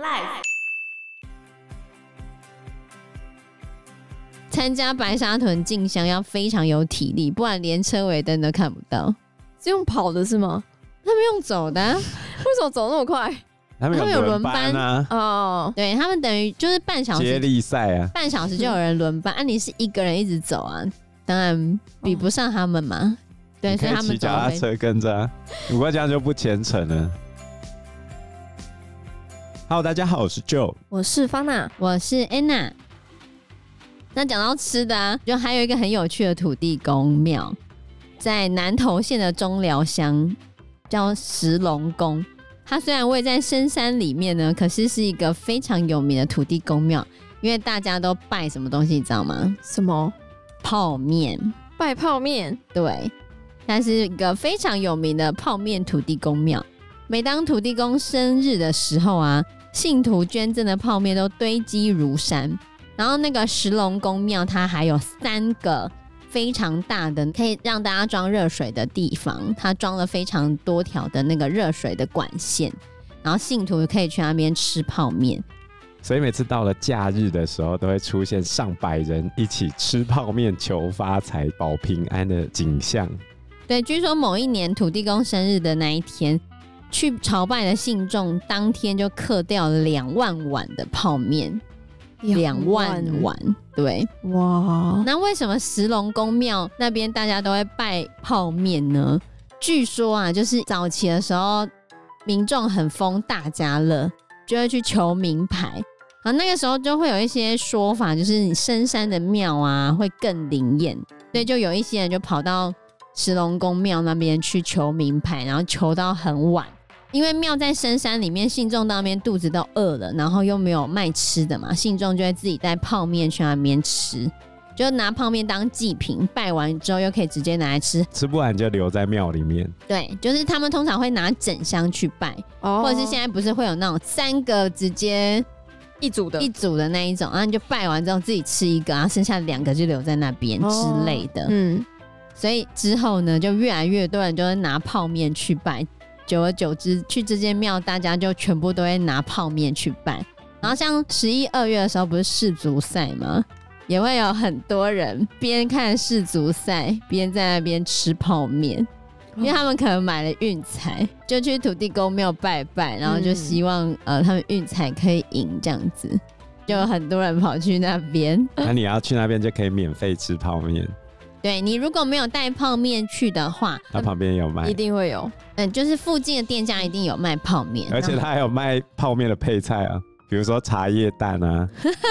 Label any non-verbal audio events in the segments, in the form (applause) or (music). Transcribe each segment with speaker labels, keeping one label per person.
Speaker 1: Life
Speaker 2: 参加白沙屯进香要非常有体力，不然连车尾灯都看不到。
Speaker 3: 是用跑的是吗？
Speaker 2: 他们用走的啊、
Speaker 3: 为什么走那
Speaker 2: (laughs)
Speaker 3: 么快？
Speaker 4: 他们
Speaker 2: 他们有
Speaker 4: 有
Speaker 2: 轮班
Speaker 4: 啊，
Speaker 3: 哦，
Speaker 2: 对他们等于就是半小
Speaker 4: 接
Speaker 2: 时，
Speaker 4: 力赛啊，
Speaker 2: 半小时就有人轮班。啊，你是一个人一直走啊，当然比不上他们嘛。对，
Speaker 4: 嗯你
Speaker 2: 所
Speaker 4: 可
Speaker 2: 以
Speaker 4: 以
Speaker 2: 他们
Speaker 4: 骑
Speaker 2: 走
Speaker 4: 脚
Speaker 2: 得
Speaker 4: 踏
Speaker 2: 非
Speaker 4: 车跟着啊，不过这样就不虔诚了。Hello，大家好，我是 Joe。
Speaker 3: 我是方娜，
Speaker 2: 我是 Anna。那讲到吃的啊，就还有一个很有趣的土地公庙，在南投县的中寮乡，叫石龙宫。它虽然位在深山里面呢，可是是一个非常有名的土地公庙，因为大家都拜什么东西，你知道吗？
Speaker 3: 什么
Speaker 2: 泡面。
Speaker 3: 拜泡面？
Speaker 2: 对，它是一个非常有名的泡面土地公庙。每当土地公生日的时候啊，信徒捐赠的泡面都堆积如山。然后那个石龙公庙，它还有三个非常大的可以让大家装热水的地方，它装了非常多条的那个热水的管线，然后信徒可以去那边吃泡面。
Speaker 4: 所以每次到了假日的时候，都会出现上百人一起吃泡面、求发财、保平安的景象。
Speaker 2: 对，据说某一年土地公生日的那一天，去朝拜的信众当天就刻掉了两万碗的泡面，两万碗。对，
Speaker 3: 哇！
Speaker 2: 那为什么石龙公庙那边大家都会拜泡面呢？据说啊，就是早期的时候，民众很疯大家乐，就会去求名牌。啊，那个时候就会有一些说法，就是你深山的庙啊会更灵验，所以就有一些人就跑到石龙公庙那边去求名牌，然后求到很晚，因为庙在深山里面，信众到那边肚子都饿了，然后又没有卖吃的嘛，信众就会自己带泡面去那边吃，就拿泡面当祭品，拜完之后又可以直接拿来吃。
Speaker 4: 吃不完就留在庙里
Speaker 2: (laughs)
Speaker 4: 面，
Speaker 2: 对，就是他们通常会拿整箱去拜，
Speaker 3: 哦
Speaker 2: 或者是现在不是会有那种三个直接
Speaker 3: 一组的
Speaker 2: 一组的那一种，然后你就拜完之后自己吃一个，然后剩下两个就留在那边之类的。
Speaker 3: 嗯，
Speaker 2: 所以之后呢，就越来越多人就会拿泡面去拜，久而久之，去这间庙大家就全部都会拿泡面去拜。然后像十一二月的时候，不是世足赛吗？也会有很多人边看世足赛边在那边吃泡面，
Speaker 3: 哦
Speaker 2: 因为他们可能买了运彩，就去土地公庙拜拜，然后就
Speaker 3: 嗯
Speaker 2: 希望、呃他们运彩可以赢这样子，就有很多人跑去那边。
Speaker 4: 那你要去那边就可以免费吃泡面，
Speaker 2: 对你如果没有带泡面去的话，
Speaker 4: 它旁边有卖
Speaker 3: 一，定会有
Speaker 2: 嗯，就是附近的店家一定有卖泡面，
Speaker 4: 而且
Speaker 2: 然后
Speaker 4: 它还有卖泡面的配菜啊，比如说茶叶
Speaker 2: (laughs)
Speaker 4: 蛋啊，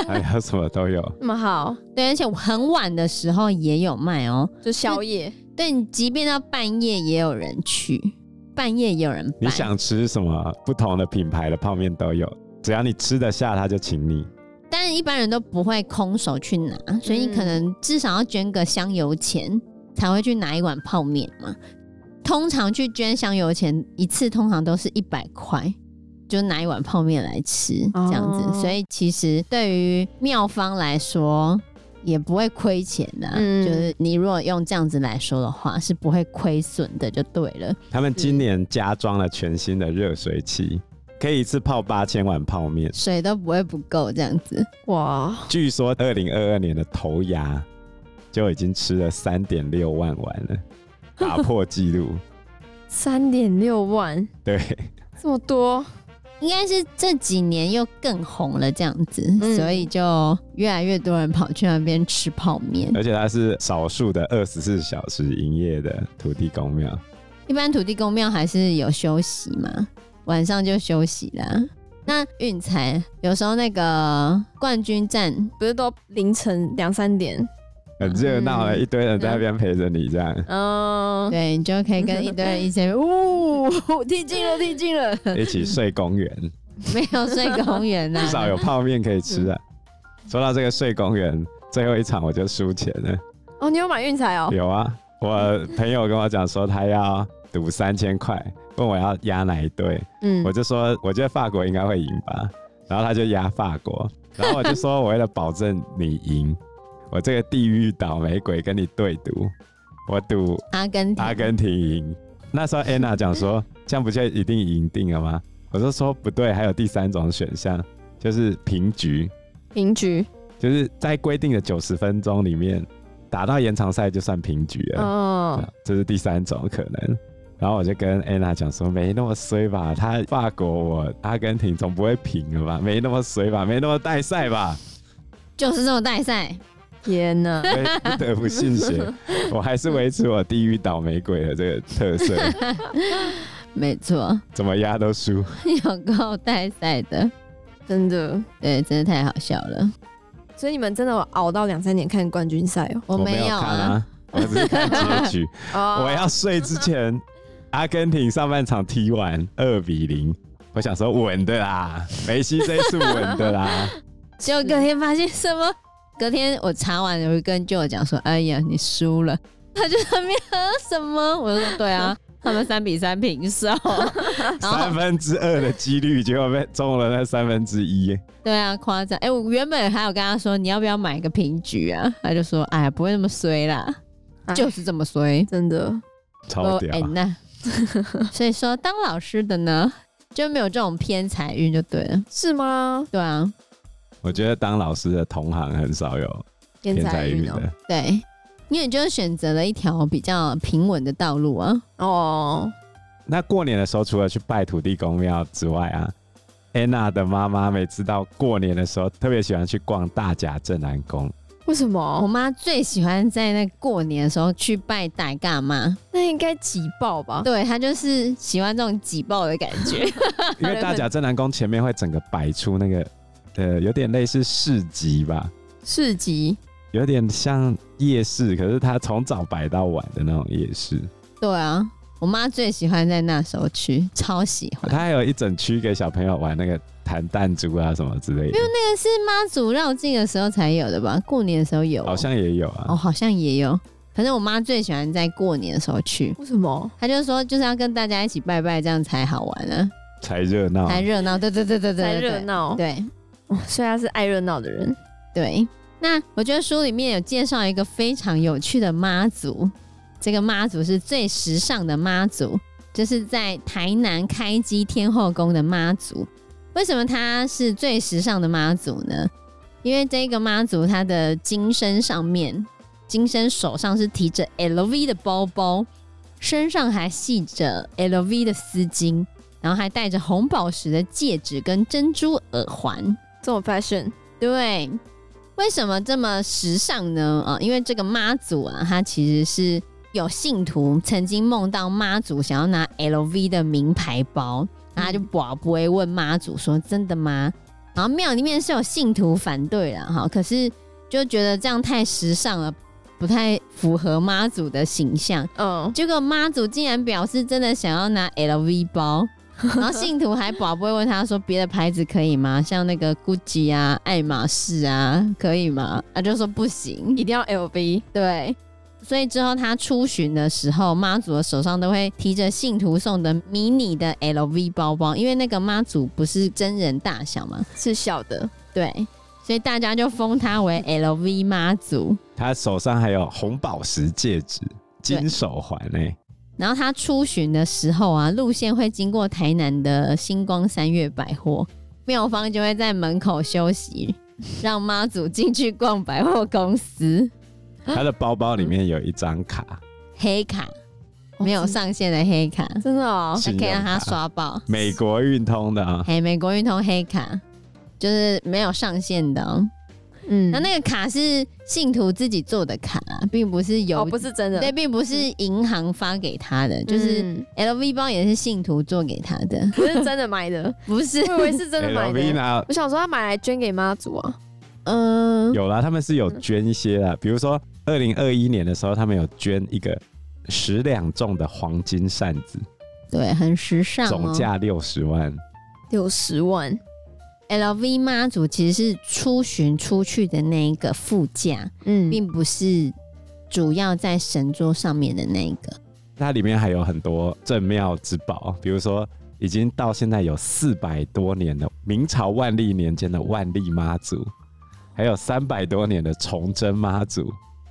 Speaker 4: 还有什么都有。
Speaker 3: 那么好，
Speaker 2: 对，而且很晚的时候也有卖哦、
Speaker 3: 就宵夜
Speaker 2: 对你，即便到半夜也有人去，半夜也有人
Speaker 4: 你
Speaker 2: 办。
Speaker 4: 想吃什么不同的品牌的泡面都有，只要你吃得下，他就请你。
Speaker 2: 但是一般人都不会空手去拿，所以你可能至少要捐个香油钱才会去拿一碗泡面嘛。通常去捐香油钱一次，通常都是一百块，就拿一碗泡面来吃这样子。
Speaker 3: 哦
Speaker 2: 所以其实对于妙方来说。也不会亏钱的啊、
Speaker 3: 嗯
Speaker 2: 就是你如果用这样子来说的话，是不会亏损的，就对了。
Speaker 4: 他们今年加装了全新的热水器，可以一次泡八千碗泡面。
Speaker 2: 水都不会不够这样子。
Speaker 3: 哇！
Speaker 4: 据说二零二二年的头牙就已经吃了三点六万
Speaker 2: (laughs)
Speaker 4: 碗了，打破纪录。
Speaker 3: 三点六万
Speaker 2: (laughs)
Speaker 4: 对，
Speaker 3: 这么多，
Speaker 2: 应该是这几年又更红了这样子，
Speaker 3: 嗯
Speaker 2: 所以就越来越多人跑去那边吃泡面。
Speaker 4: 而且它是少数的二十四小时营业的土地公庙。
Speaker 2: 一般土地公庙还是有休息嘛，晚上就休息啦。那运财有时候那个冠军战，
Speaker 3: 不是都凌晨两三点？
Speaker 4: 很热闹的，
Speaker 2: 嗯
Speaker 4: 一堆人在那边陪着你
Speaker 2: (laughs)
Speaker 4: 这样，
Speaker 3: 嗯，
Speaker 2: 对你就可以跟一堆人一起，呜、踢进了，踢进了， (laughs)
Speaker 4: 一起睡公园，
Speaker 2: 没有睡公园啊呐、
Speaker 4: 至少有泡面可以吃啊。
Speaker 3: 嗯
Speaker 4: 说到这个睡公园，最后一场我就输钱了。
Speaker 3: 哦，你有买运彩哦？
Speaker 4: 有啊，我朋友跟我讲说他要赌三千块，问我要压哪一队，
Speaker 3: 嗯
Speaker 4: 我，就说我觉得法国应该会赢吧，然后他就压法国，然后我就说我为了保证你赢，我这个地狱倒霉鬼跟你对赌，我赌
Speaker 2: 阿根廷，
Speaker 4: 阿根廷赢。那时候 Anna 讲说，这样不就一定赢定了吗？我就说不对，还有第三种选项，就是平局，
Speaker 3: 平局，
Speaker 4: 就是在规定的九十分钟里面打到延长赛就算平局了。
Speaker 3: 嗯
Speaker 2: 哦
Speaker 4: 啊，这是第三种可能。然后我就跟安娜讲说，没那么衰吧，他法国我阿根廷总不会平了吧，没那么衰吧，没那么带赛
Speaker 2: (laughs)
Speaker 4: 吧，
Speaker 2: 就是这么带赛。
Speaker 3: 天哪，
Speaker 4: 所以不得不信邪，我还是维持我地狱倒霉鬼的这个
Speaker 2: (laughs)
Speaker 4: 特色，
Speaker 2: 没错，
Speaker 4: 怎么压都输。
Speaker 2: (laughs) 有够带赛的，
Speaker 3: 真的。
Speaker 2: 对，真的太好笑了。
Speaker 3: 所以你们真的有熬到两三点看冠军赛哦？
Speaker 2: 我没有
Speaker 4: 看
Speaker 2: 啊，
Speaker 4: 啊，我只是看结局。 (laughs) 我要睡之
Speaker 2: (laughs)
Speaker 4: 前，阿根廷上半场踢完二比零，我想说稳的啦，梅西这一次稳的啦。
Speaker 2: 结果隔天发现什么？隔天我查完，有一个人就我讲说：“哎呀，你输了。”他就在那边喝什么？我就说：“对 (laughs) 啊，他们三比三平手。” (laughs) 然后
Speaker 4: 三分之二的几率，结果被中了那三分之一。
Speaker 2: 对啊，夸张。哎、我原本还有跟他说你要不要买个平局啊，他就说哎呀不会那么衰啦，
Speaker 3: 哎
Speaker 2: 就是这么衰。
Speaker 3: 真的，
Speaker 4: 超屌啊
Speaker 2: 哎！那， (laughs) 所以说当老师的呢就没有这种偏财运就对了。
Speaker 3: 是吗？
Speaker 2: 对啊，
Speaker 4: 我觉得当老师的同行很少有
Speaker 3: 天
Speaker 4: 天
Speaker 3: 才
Speaker 4: 才运
Speaker 3: 运哦
Speaker 4: 的，
Speaker 2: 对，因为你就是选择了一条比较平稳的道路啊。
Speaker 3: 哦，
Speaker 4: 那过年的时候，除了去拜土地公庙之外啊，安娜的妈妈每次到过年的时候，特别喜欢去逛大甲镇南宫。
Speaker 2: (laughs)
Speaker 3: 为什
Speaker 2: 我
Speaker 3: 么？
Speaker 2: 妈最喜欢在那过年的时候去拜大干妈，
Speaker 3: 那应该挤爆吧？
Speaker 2: 对她就是喜欢这种挤爆的感觉。
Speaker 4: 因为大甲镇南宫前面会整个摆出那个，呃，有点类似市集吧，
Speaker 3: (laughs) 市集
Speaker 4: 有点像夜市，可是它从早摆到晚的那种夜市。
Speaker 2: 对啊，我妈最喜欢在那时候去，超喜欢。
Speaker 4: 它还有一整区给小朋友玩那个弹弹珠啊什么之类的，
Speaker 2: 那个是妈祖绕境的时候才有的吧？过年的时候有哦，
Speaker 4: 好像也有啊。
Speaker 2: 哦，好像也有。反正我妈最喜欢在过年的时候去，
Speaker 3: 为什么？
Speaker 2: 她就说就是要跟大家一起拜拜，这样才好玩啊，
Speaker 4: 才热闹，
Speaker 2: 才热闹。对对对对对，
Speaker 3: 哦才
Speaker 2: 对
Speaker 3: 热。闹，
Speaker 2: 对
Speaker 3: 哦所以他是爱热闹的人。
Speaker 2: 对，那我觉得书里面有介绍一个非常有趣的妈祖，这个妈祖是最时尚的妈祖，就是在台南开基天后宫的妈祖。为什么她是最时尚的妈祖呢？因为这个妈祖她的金身上面，金身手上是提着 LV 的包包，身上还系着 LV 的丝巾，然后还戴着红宝石的戒指跟珍珠耳环。
Speaker 3: 这种 fashion
Speaker 2: 对，为什么这么时尚呢？啊、因为这个妈祖啊，她其实是有信徒曾经梦到妈祖想要拿 LV 的名牌包，然后她就寡不会问妈祖说：“真的吗？”然后庙里面是有信徒反对了哈，可是就觉得这样太时尚了，不太符合妈祖的形象。
Speaker 3: 嗯，
Speaker 2: 结果妈祖竟然表示真的想要拿 LV 包，然后信徒还宝贝问他说别的牌子可以吗？像那个 GUCCI 啊、爱马仕啊，可以吗？他就说不行。
Speaker 3: 一定要 LV
Speaker 2: 对，所以之后他出巡的时候，妈祖的手上都会提着信徒送的迷你的 LV 包包，因为那个妈祖不是真人大小嘛，
Speaker 3: 是小的，
Speaker 2: 对，所以大家就封她为 LV 妈祖。
Speaker 4: 他手上还有红宝石戒指、金手环欸呢、
Speaker 2: 然后他出巡的时候啊，路线会经过台南的星光三月百货，妙方就会在门口休息，让妈祖进去逛百货公司。
Speaker 4: 他的包包里面有一张
Speaker 2: 啊
Speaker 4: 卡，
Speaker 2: 黑卡
Speaker 3: 哦
Speaker 2: 没有，上线的黑卡，
Speaker 3: 真真的哦，
Speaker 2: 他
Speaker 4: 信
Speaker 2: 可以
Speaker 4: 用
Speaker 2: 让他
Speaker 4: 卡
Speaker 2: 刷爆。
Speaker 4: 美国运通的啊，
Speaker 2: 嘿，美国运通黑卡就是没有上线的、哦，
Speaker 3: 嗯，
Speaker 2: 那、那个卡是信徒自己做的卡，啊并不是有、
Speaker 3: 哦不是真的，嗯
Speaker 2: 对，并不是银行发给他的，就是 LV 包也是信徒做给他的，
Speaker 3: 不是真的买 (laughs) 的，
Speaker 2: 不是。
Speaker 3: 我以为是真的买
Speaker 4: LV
Speaker 3: 的。
Speaker 4: 呢
Speaker 3: 我想说他买来捐给妈祖啊，
Speaker 2: 嗯、
Speaker 4: 有啦，他们是有捐一些啦，比如说二零二一年的时候，他们有捐一个十两重的黄金扇子，
Speaker 2: 对，很时尚、哦。
Speaker 4: 总价六十万。
Speaker 3: 六十万，
Speaker 2: LV 妈祖其实是出巡出去的那一个副驾，
Speaker 3: 嗯
Speaker 2: 并不是主要在神桌上面的那一个。
Speaker 4: 它里面还有很多镇庙之宝，比如说已经到现在有四百多年的明朝万历年间的万历妈祖，还有三百多年的崇祯妈祖，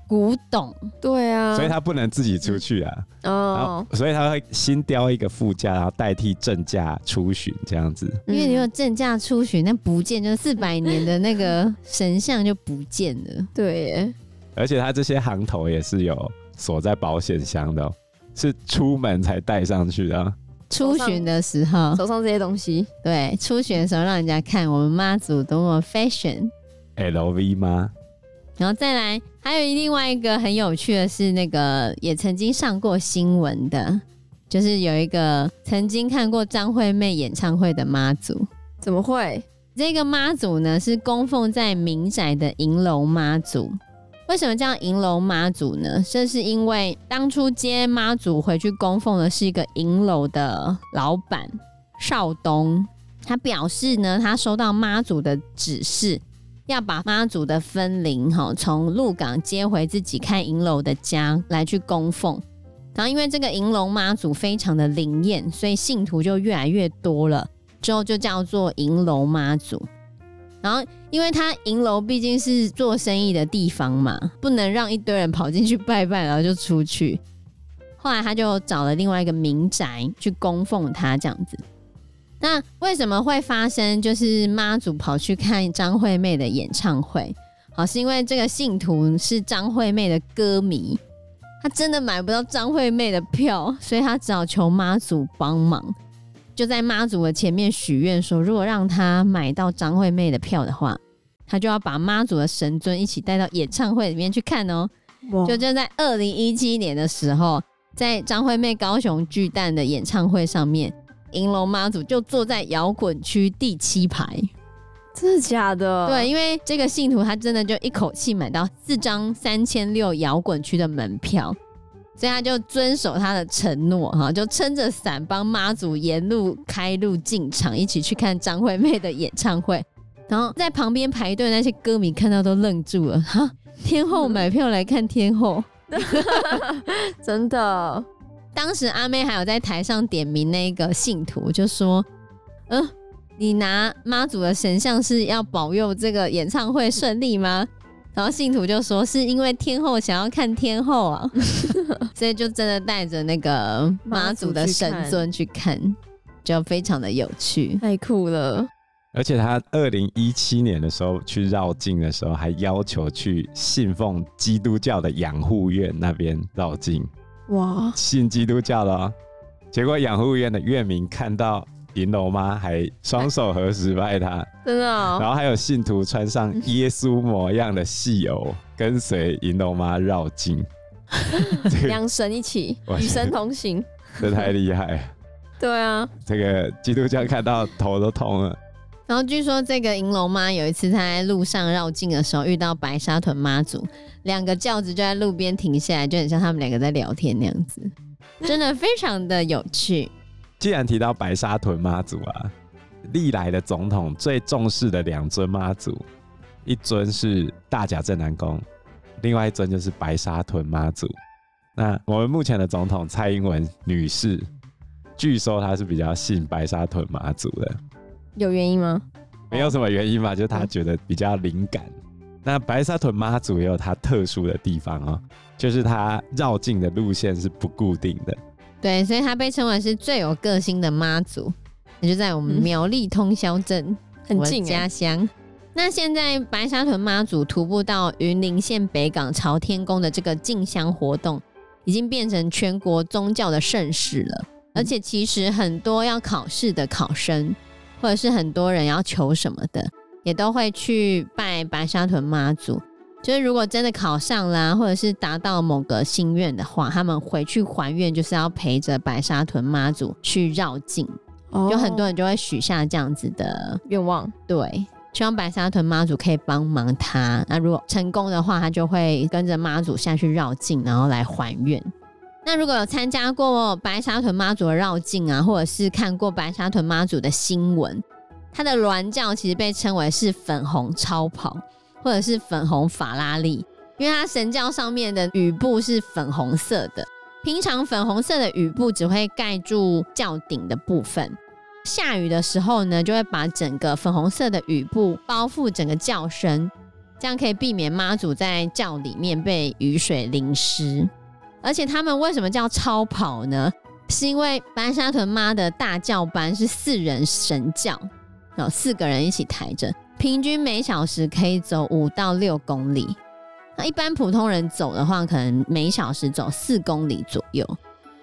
Speaker 2: 古董，
Speaker 3: 对啊，
Speaker 4: 所以他不能自己出去啊，然后
Speaker 3: 哦，
Speaker 4: 所以他会新雕一个副驾，然后代替正驾出巡这样子。
Speaker 2: 因为你有
Speaker 3: 嗯
Speaker 2: 正价出巡，那不见就是四百年的那个神像就不见了。
Speaker 3: 对耶，
Speaker 4: 而且它这些行头也是有锁在保险箱的、哦，是出门才带上去的、啊。
Speaker 2: 出巡的时候，
Speaker 3: 手上这些东西，
Speaker 2: 对，出巡的时候让人家看我们妈祖多么 fashion。
Speaker 4: LV 吗？
Speaker 2: 然后再来，还有另外一个很有趣的是，那个也曾经上过新闻的，就是有一个曾经看过张惠妹演唱会的妈祖。
Speaker 3: 怎么会？
Speaker 2: 这个妈祖呢是供奉在民宅的银楼妈祖。为什么叫银楼妈祖呢？这是因为当初接妈祖回去供奉的是一个银楼的老板邵东，他表示呢，他收到妈祖的指示，要把妈祖的分灵哈从鹿港接回自己开银楼的家来去供奉。然后因为这个银楼妈祖非常的灵验，所以信徒就越来越多了。之后就叫做银楼妈祖。然后，因为他银楼毕竟是做生意的地方嘛，不能让一堆人跑进去拜拜，然后就出去。后来他就找了另外一个民宅去供奉他这样子。那为什么会发生就是妈祖跑去看张惠妹的演唱会？好，是因为这个信徒是张惠妹的歌迷，他真的买不到张惠妹的票，所以他只好求妈祖帮忙。就在妈祖的前面许愿说，如果让他买到张惠妹的票的话，他就要把妈祖的神尊一起带到演唱会里面去看哦、
Speaker 3: 哇
Speaker 2: 就就在二零一七年的时候，在张惠妹高雄巨蛋的演唱会上面，银龙妈祖就坐在摇滚区第七排。
Speaker 3: 真的假的？
Speaker 2: 对，，因为这个信徒他真的就一口气买到四张三千六摇滚区的门票，所以他就遵守他的承诺哈，就撑着伞帮妈祖沿路开路进场，一起去看张惠妹的演唱会。然后在旁边排队的那些歌迷看到都愣住了，哈，天后买票来看天后。
Speaker 3: 真的，
Speaker 2: 当时阿妹还有在台上点名那个信徒，就说：“嗯、你拿妈祖的神像是要保佑这个演唱会顺利吗？” (laughs) 然后信徒就说：“是因为天后想要看天后啊， (laughs) 所以就真的带着那个妈祖的神尊去看，就非常的有趣。
Speaker 3: 太酷了，
Speaker 4: 而且他二零一七年的时候去绕境的时候，还要求去信奉基督教的养护院那边绕境，
Speaker 3: 哇，
Speaker 4: 信基督教了、哦。结果养护院的院民看到银楼妈，还双手合十拜他，
Speaker 3: 真的哦，
Speaker 4: 然后还有信徒穿上耶稣模样的戏偶，跟随银楼妈绕境。这个
Speaker 3: (laughs) 两神一
Speaker 4: (laughs)
Speaker 3: 起，
Speaker 4: 哇
Speaker 3: 与神同行，
Speaker 4: 这太厉害了，
Speaker 3: 对啊，
Speaker 4: 这个基督教看到头都痛了。
Speaker 2: 然后据说这个银龙妈有一次她在路上绕境的时候遇到白沙屯妈祖，两个轿子就在路边停下来，就很像他们两个在聊天那样子，真的非常的有趣。
Speaker 4: 既然提到白沙屯妈祖啊，历来的总统最重视的两尊妈祖，一尊是大甲镇南宫，另外一尊就是白沙屯妈祖。那我们目前的总统蔡英文女士，据说她是比较信白沙屯妈祖的，
Speaker 3: 有原因吗？
Speaker 4: 没有什么原因嘛，就是她觉得比较灵感。那白沙屯妈祖也有它特殊的地方哦，就是它绕境的路线是不固定的。
Speaker 2: 对，所以她被称为是最有个性的妈祖，也就在我们
Speaker 3: 嗯
Speaker 2: 苗栗通霄镇。
Speaker 3: 很
Speaker 2: 我的
Speaker 3: 近
Speaker 2: 家
Speaker 3: 哎，
Speaker 2: 乡。那现在白沙屯妈祖徒步到云林县北港朝天宫的这个进香活动，已经变成全国宗教的盛事
Speaker 3: 嗯
Speaker 2: 了。而且其实很多要考试的考生，或者是很多人要求什么的，也都会去拜白沙屯妈祖。就是如果真的考上啦，或者是达到某个心愿的话，他们回去还愿就是要陪着白沙屯妈祖去绕境，有
Speaker 3: 有
Speaker 2: 很多人就会许下这样子的
Speaker 3: 愿望，
Speaker 2: 对，希望白沙屯妈祖可以帮忙他。那如果成功的话，他就会跟着妈祖下去绕境，然后来还愿。那如果有参加过白沙屯妈祖的绕境啊，或者是看过白沙屯妈祖的新闻，他的銮轿其实被称为是粉红超跑，或者是粉红法拉利，因为它神轿上面的雨布是粉红色的。平常粉红色的雨布只会盖住轿顶的部分，下雨的时候呢，就会把整个粉红色的雨布包覆整个轿身。这样可以避免妈祖在教里面被雨水淋湿。而且他们为什么叫超跑呢？是因为白沙屯妈的大教班是四人神教，然后四个人一起抬着，平均每小时可以走五到六公里。那一般普通人走的话，可能每小时走四公里左右。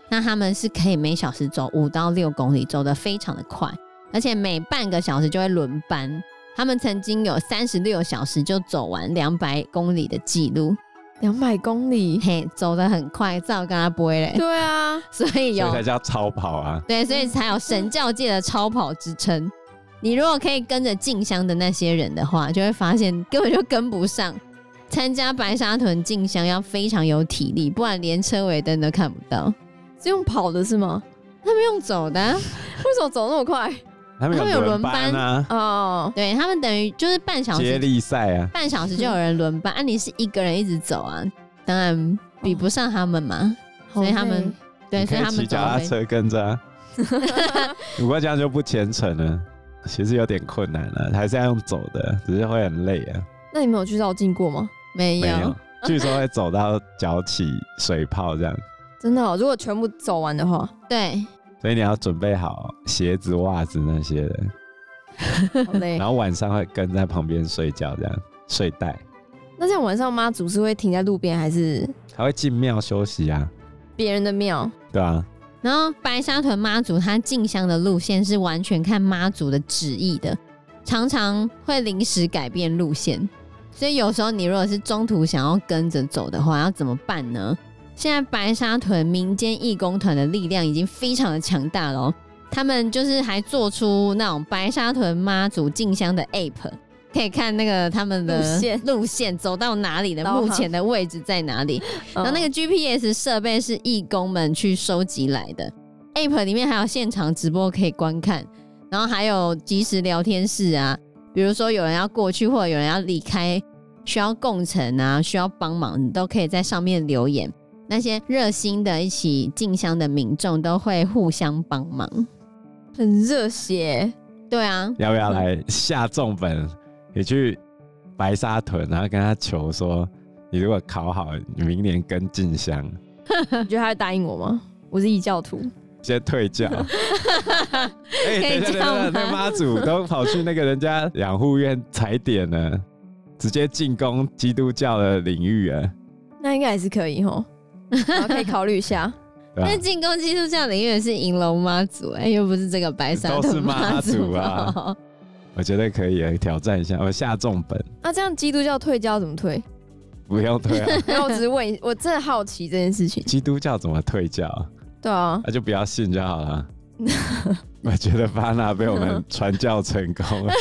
Speaker 2: 那他们是可以每小时走五到六公里，走得非常的快，而且每半个小时就会轮班。他们曾经有三十六小时就走完两百公里的记录，
Speaker 3: 两百公 (laughs) 里，
Speaker 2: 嘿，走得很快，照跟他播嘞， (laughs)
Speaker 3: 对啊，
Speaker 2: 所以
Speaker 4: 所
Speaker 2: 有
Speaker 4: 以才叫超跑啊。
Speaker 2: 对，所以才有神教界的超跑之称。你如果可以跟着进香的那些人的话，就会发现根本就跟不上。参加白沙屯进香要非常有体力，不然连车尾灯都看不到。
Speaker 3: 是用跑的是吗？
Speaker 2: 他们用走的啊、
Speaker 3: 为什么走那么快？
Speaker 4: 他们
Speaker 2: 他们有
Speaker 4: 有
Speaker 2: 轮
Speaker 4: 轮班啊，
Speaker 3: 哦，
Speaker 2: 对他们等于就是半小
Speaker 4: 接
Speaker 2: 时，
Speaker 4: 力赛啊，
Speaker 2: 半小时就有人轮班。啊，你是一个人一直走啊，当然比不上他们嘛。所以他们对，
Speaker 4: 你
Speaker 2: 所
Speaker 4: 可
Speaker 2: 以他
Speaker 4: 以骑
Speaker 2: 们走
Speaker 4: 脚
Speaker 2: 得
Speaker 4: 踏
Speaker 2: 非
Speaker 4: 车跟着啊。不过这样就不虔诚了，其实有点困难了，还是要用走的，只是会很累啊。
Speaker 3: (laughs) 那你们有去绕境过吗？
Speaker 2: 没
Speaker 4: 没
Speaker 2: 有
Speaker 4: 有，据说会走到脚起水泡这样，
Speaker 3: 真的、哦，如果全部走完的话，
Speaker 2: 对，
Speaker 4: 所以你要准备好鞋子、袜子那些的，
Speaker 3: 好累
Speaker 4: 然。后晚上会跟在旁边睡觉这样，睡袋
Speaker 3: 那这样晚上妈祖是会停在路边，还是
Speaker 4: 还会进庙休息啊，
Speaker 3: 别人的庙？
Speaker 4: 对啊，
Speaker 2: 然后白沙屯妈祖她进香的路线是完全看妈祖的旨意的，常常会临时改变路线，所以有时候你如果是中途想要跟着走的话，要怎么办呢？现在白沙屯民间义工团的力量已经非常的强大了哦，他们就是还做出那种白沙屯妈祖进香的 app，可以看那个他们的
Speaker 3: 路线
Speaker 2: 路线走到哪里的，
Speaker 3: 导航
Speaker 2: 目前的位置在哪里，
Speaker 3: 然
Speaker 2: 然后那个 GPS 设备是义工们去收集来的，App 里面还有现场直播可以观看，然后还有即时聊天室啊，比如说有人要过去或者有人要离开，需要共乘啊，需要帮忙，你都可以在上面留言。那些热心的一起进香的民众都会互相帮忙。
Speaker 3: 很热血，
Speaker 2: 对啊，
Speaker 4: 要不要来下重本？你去白沙屯，然后跟他求说，你如果考好，你明年跟进香，
Speaker 3: 你觉得他会答应我吗？我是异教徒，
Speaker 4: 先
Speaker 2: (laughs)
Speaker 4: 退教。
Speaker 2: 可以这
Speaker 4: 哎、等一下，等
Speaker 2: 样
Speaker 4: 一下，
Speaker 2: 吗
Speaker 4: 那个妈祖都跑去那个人家养护院踩点了，直接进攻基督教的领域了，
Speaker 3: 那应该也是可以 (laughs) 吼，然后可以考虑一 (laughs) 下。
Speaker 4: 对啊吧
Speaker 2: 那？进攻基督教领域的是银龙妈祖、哎，又不是这个白沙
Speaker 4: 都
Speaker 2: 屯
Speaker 4: 是妈祖
Speaker 2: 祖
Speaker 4: 啊
Speaker 2: 吧
Speaker 4: 我觉得可以挑战一下，我下重本
Speaker 3: 那啊这样基督教退教怎么 (laughs) 退？
Speaker 4: 不用
Speaker 2: (laughs)
Speaker 4: 退啊。
Speaker 3: 然后我只是问一，我真的好奇这件事情。
Speaker 4: 基督教怎么退教啊？
Speaker 3: 对啊，
Speaker 4: 那就不要信就好
Speaker 2: (laughs)
Speaker 4: 了。我觉得巴纳被我们传教成功了。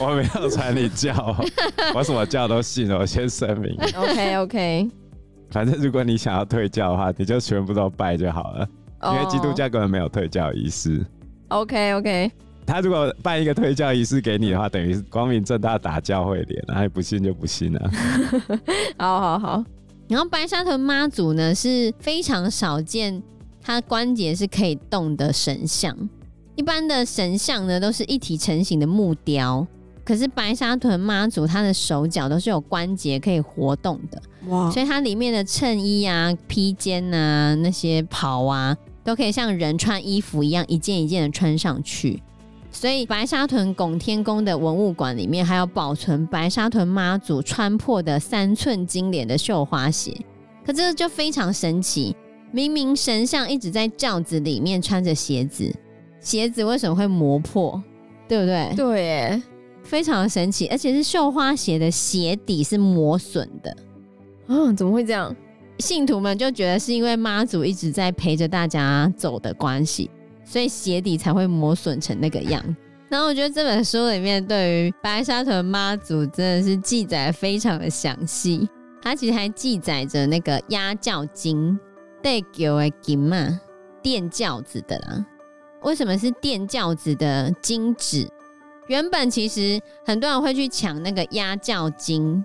Speaker 4: 我没有传你
Speaker 2: (laughs)
Speaker 4: 教哦，我什么教都信哦。我先声明，
Speaker 3: (laughs) OK OK，
Speaker 4: 反正如果你想要退教的话，你就全部都拜就好了，因
Speaker 2: 哦
Speaker 3: 哦
Speaker 4: 为基督教根本没有退教仪式。
Speaker 3: OK OK，
Speaker 4: 他如果办一个退教仪式给你的
Speaker 2: 嗯
Speaker 4: 话，等于是光明正大打教会脸，那你不信就不信啊。
Speaker 3: 好好好，
Speaker 2: 然后白沙屯妈祖呢是非常少见，它关节是可以动的神像。一般的神像呢都是一体成型的木雕，可是白沙屯妈祖她的手脚都是有关节可以活动的，
Speaker 3: 哇，
Speaker 2: 所以它里面的衬衣啊、披肩啊、那些袍啊，都可以像人穿衣服一样一件一件的穿上去。所以白沙屯拱天宫的文物馆里面还有保存白沙屯妈祖穿破的三寸金莲的绣花鞋，可这就非常神奇。明明神像一直在轿子里面穿着鞋子，鞋子为什么会磨破？对不对？
Speaker 3: 对耶，
Speaker 2: 非常神奇，而且是绣花鞋的鞋底是磨损的。
Speaker 3: 啊，怎么会这样？
Speaker 2: 信徒们就觉得是因为妈祖一直在陪着大家走的关系，所以鞋底才会磨损成那个样。然后我觉得这本书里面对于白沙屯妈祖真的是记载得非常的详细，它其实还记载着那个压轿金、带轿的金嘛，垫轿子的啦。为什么是垫轿子的金纸？原本其实很多人会去抢那个压轿金，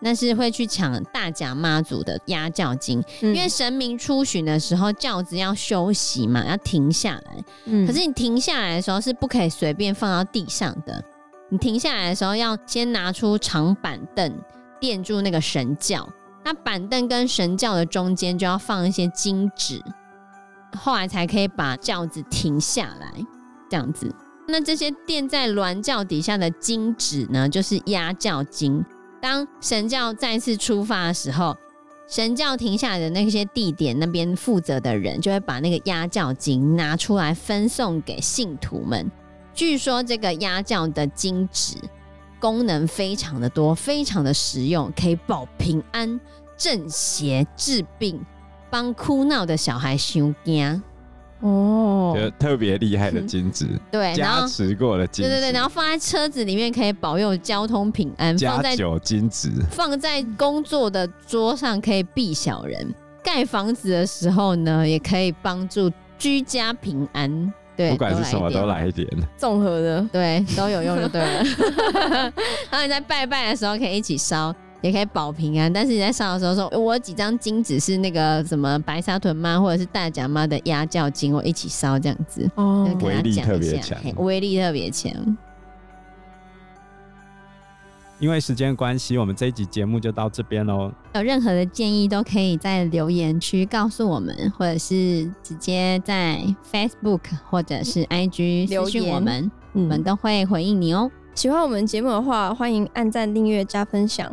Speaker 2: 那是会去抢大甲妈祖的压轿金，
Speaker 3: 因
Speaker 2: 因为神明出巡的时候，轿子要休息嘛，要停下来。
Speaker 3: 嗯
Speaker 2: 可是你停下来的时候是不可以随便放到地上的，你停下来的时候，要先拿出长板凳垫住那个神教。那板凳跟神教的中间就要放一些金纸，后来才可以把轿子停下来，这样子。那这些垫在銮轿底下的金纸呢，就是压轿金。当神教再次出发的时候，神教停下来的那些地点那边负责的人，就会把那个压轿金拿出来分送给信徒们。据说这个压轿的金纸功能非常的多，非常的实用，可以保平安、镇邪、治病，帮哭闹的小孩修家。
Speaker 3: 哦
Speaker 4: 有特别厉害的金子，
Speaker 2: 对，然
Speaker 4: 加
Speaker 2: 后
Speaker 4: 持过的金
Speaker 2: 对对
Speaker 4: 子，
Speaker 2: 对，嗯哎然后放在车子里面可以保佑交通平安，放
Speaker 4: 加
Speaker 2: 在
Speaker 4: 酒金子，
Speaker 2: 放在工作的桌上可以避小人，盖房子的时候呢，也可以帮助居家平安。对，
Speaker 4: 不管是什么
Speaker 2: 都
Speaker 4: 都
Speaker 2: 来一点。
Speaker 4: 来一点。
Speaker 3: 综合的，
Speaker 2: 对，都有用就对
Speaker 4: (laughs)
Speaker 2: 了。然后你在拜拜的时候可以一起烧，也可以保平安。但是你在烧的时候说，我有几张金纸是那个什么白沙屯妈或者是大甲妈的压轿金，我一起烧这样子。
Speaker 3: 哦
Speaker 2: 跟
Speaker 4: 威
Speaker 2: 他
Speaker 4: 力
Speaker 2: 讲
Speaker 4: 特
Speaker 2: 一下
Speaker 4: 别强
Speaker 2: 嘿威力特别强。
Speaker 4: 因为时间关系，我们这一集节目就到这边喽。
Speaker 2: 有任何的建议都可以在留言区告诉我们，或者是直接在 Facebook 或者是 IG
Speaker 3: 嗯留
Speaker 2: 私讯
Speaker 3: 言
Speaker 2: 我们，我们
Speaker 3: 嗯，
Speaker 2: 都会回应你哦、
Speaker 3: 喜欢我们节目的话，欢迎按赞、订阅、加分享。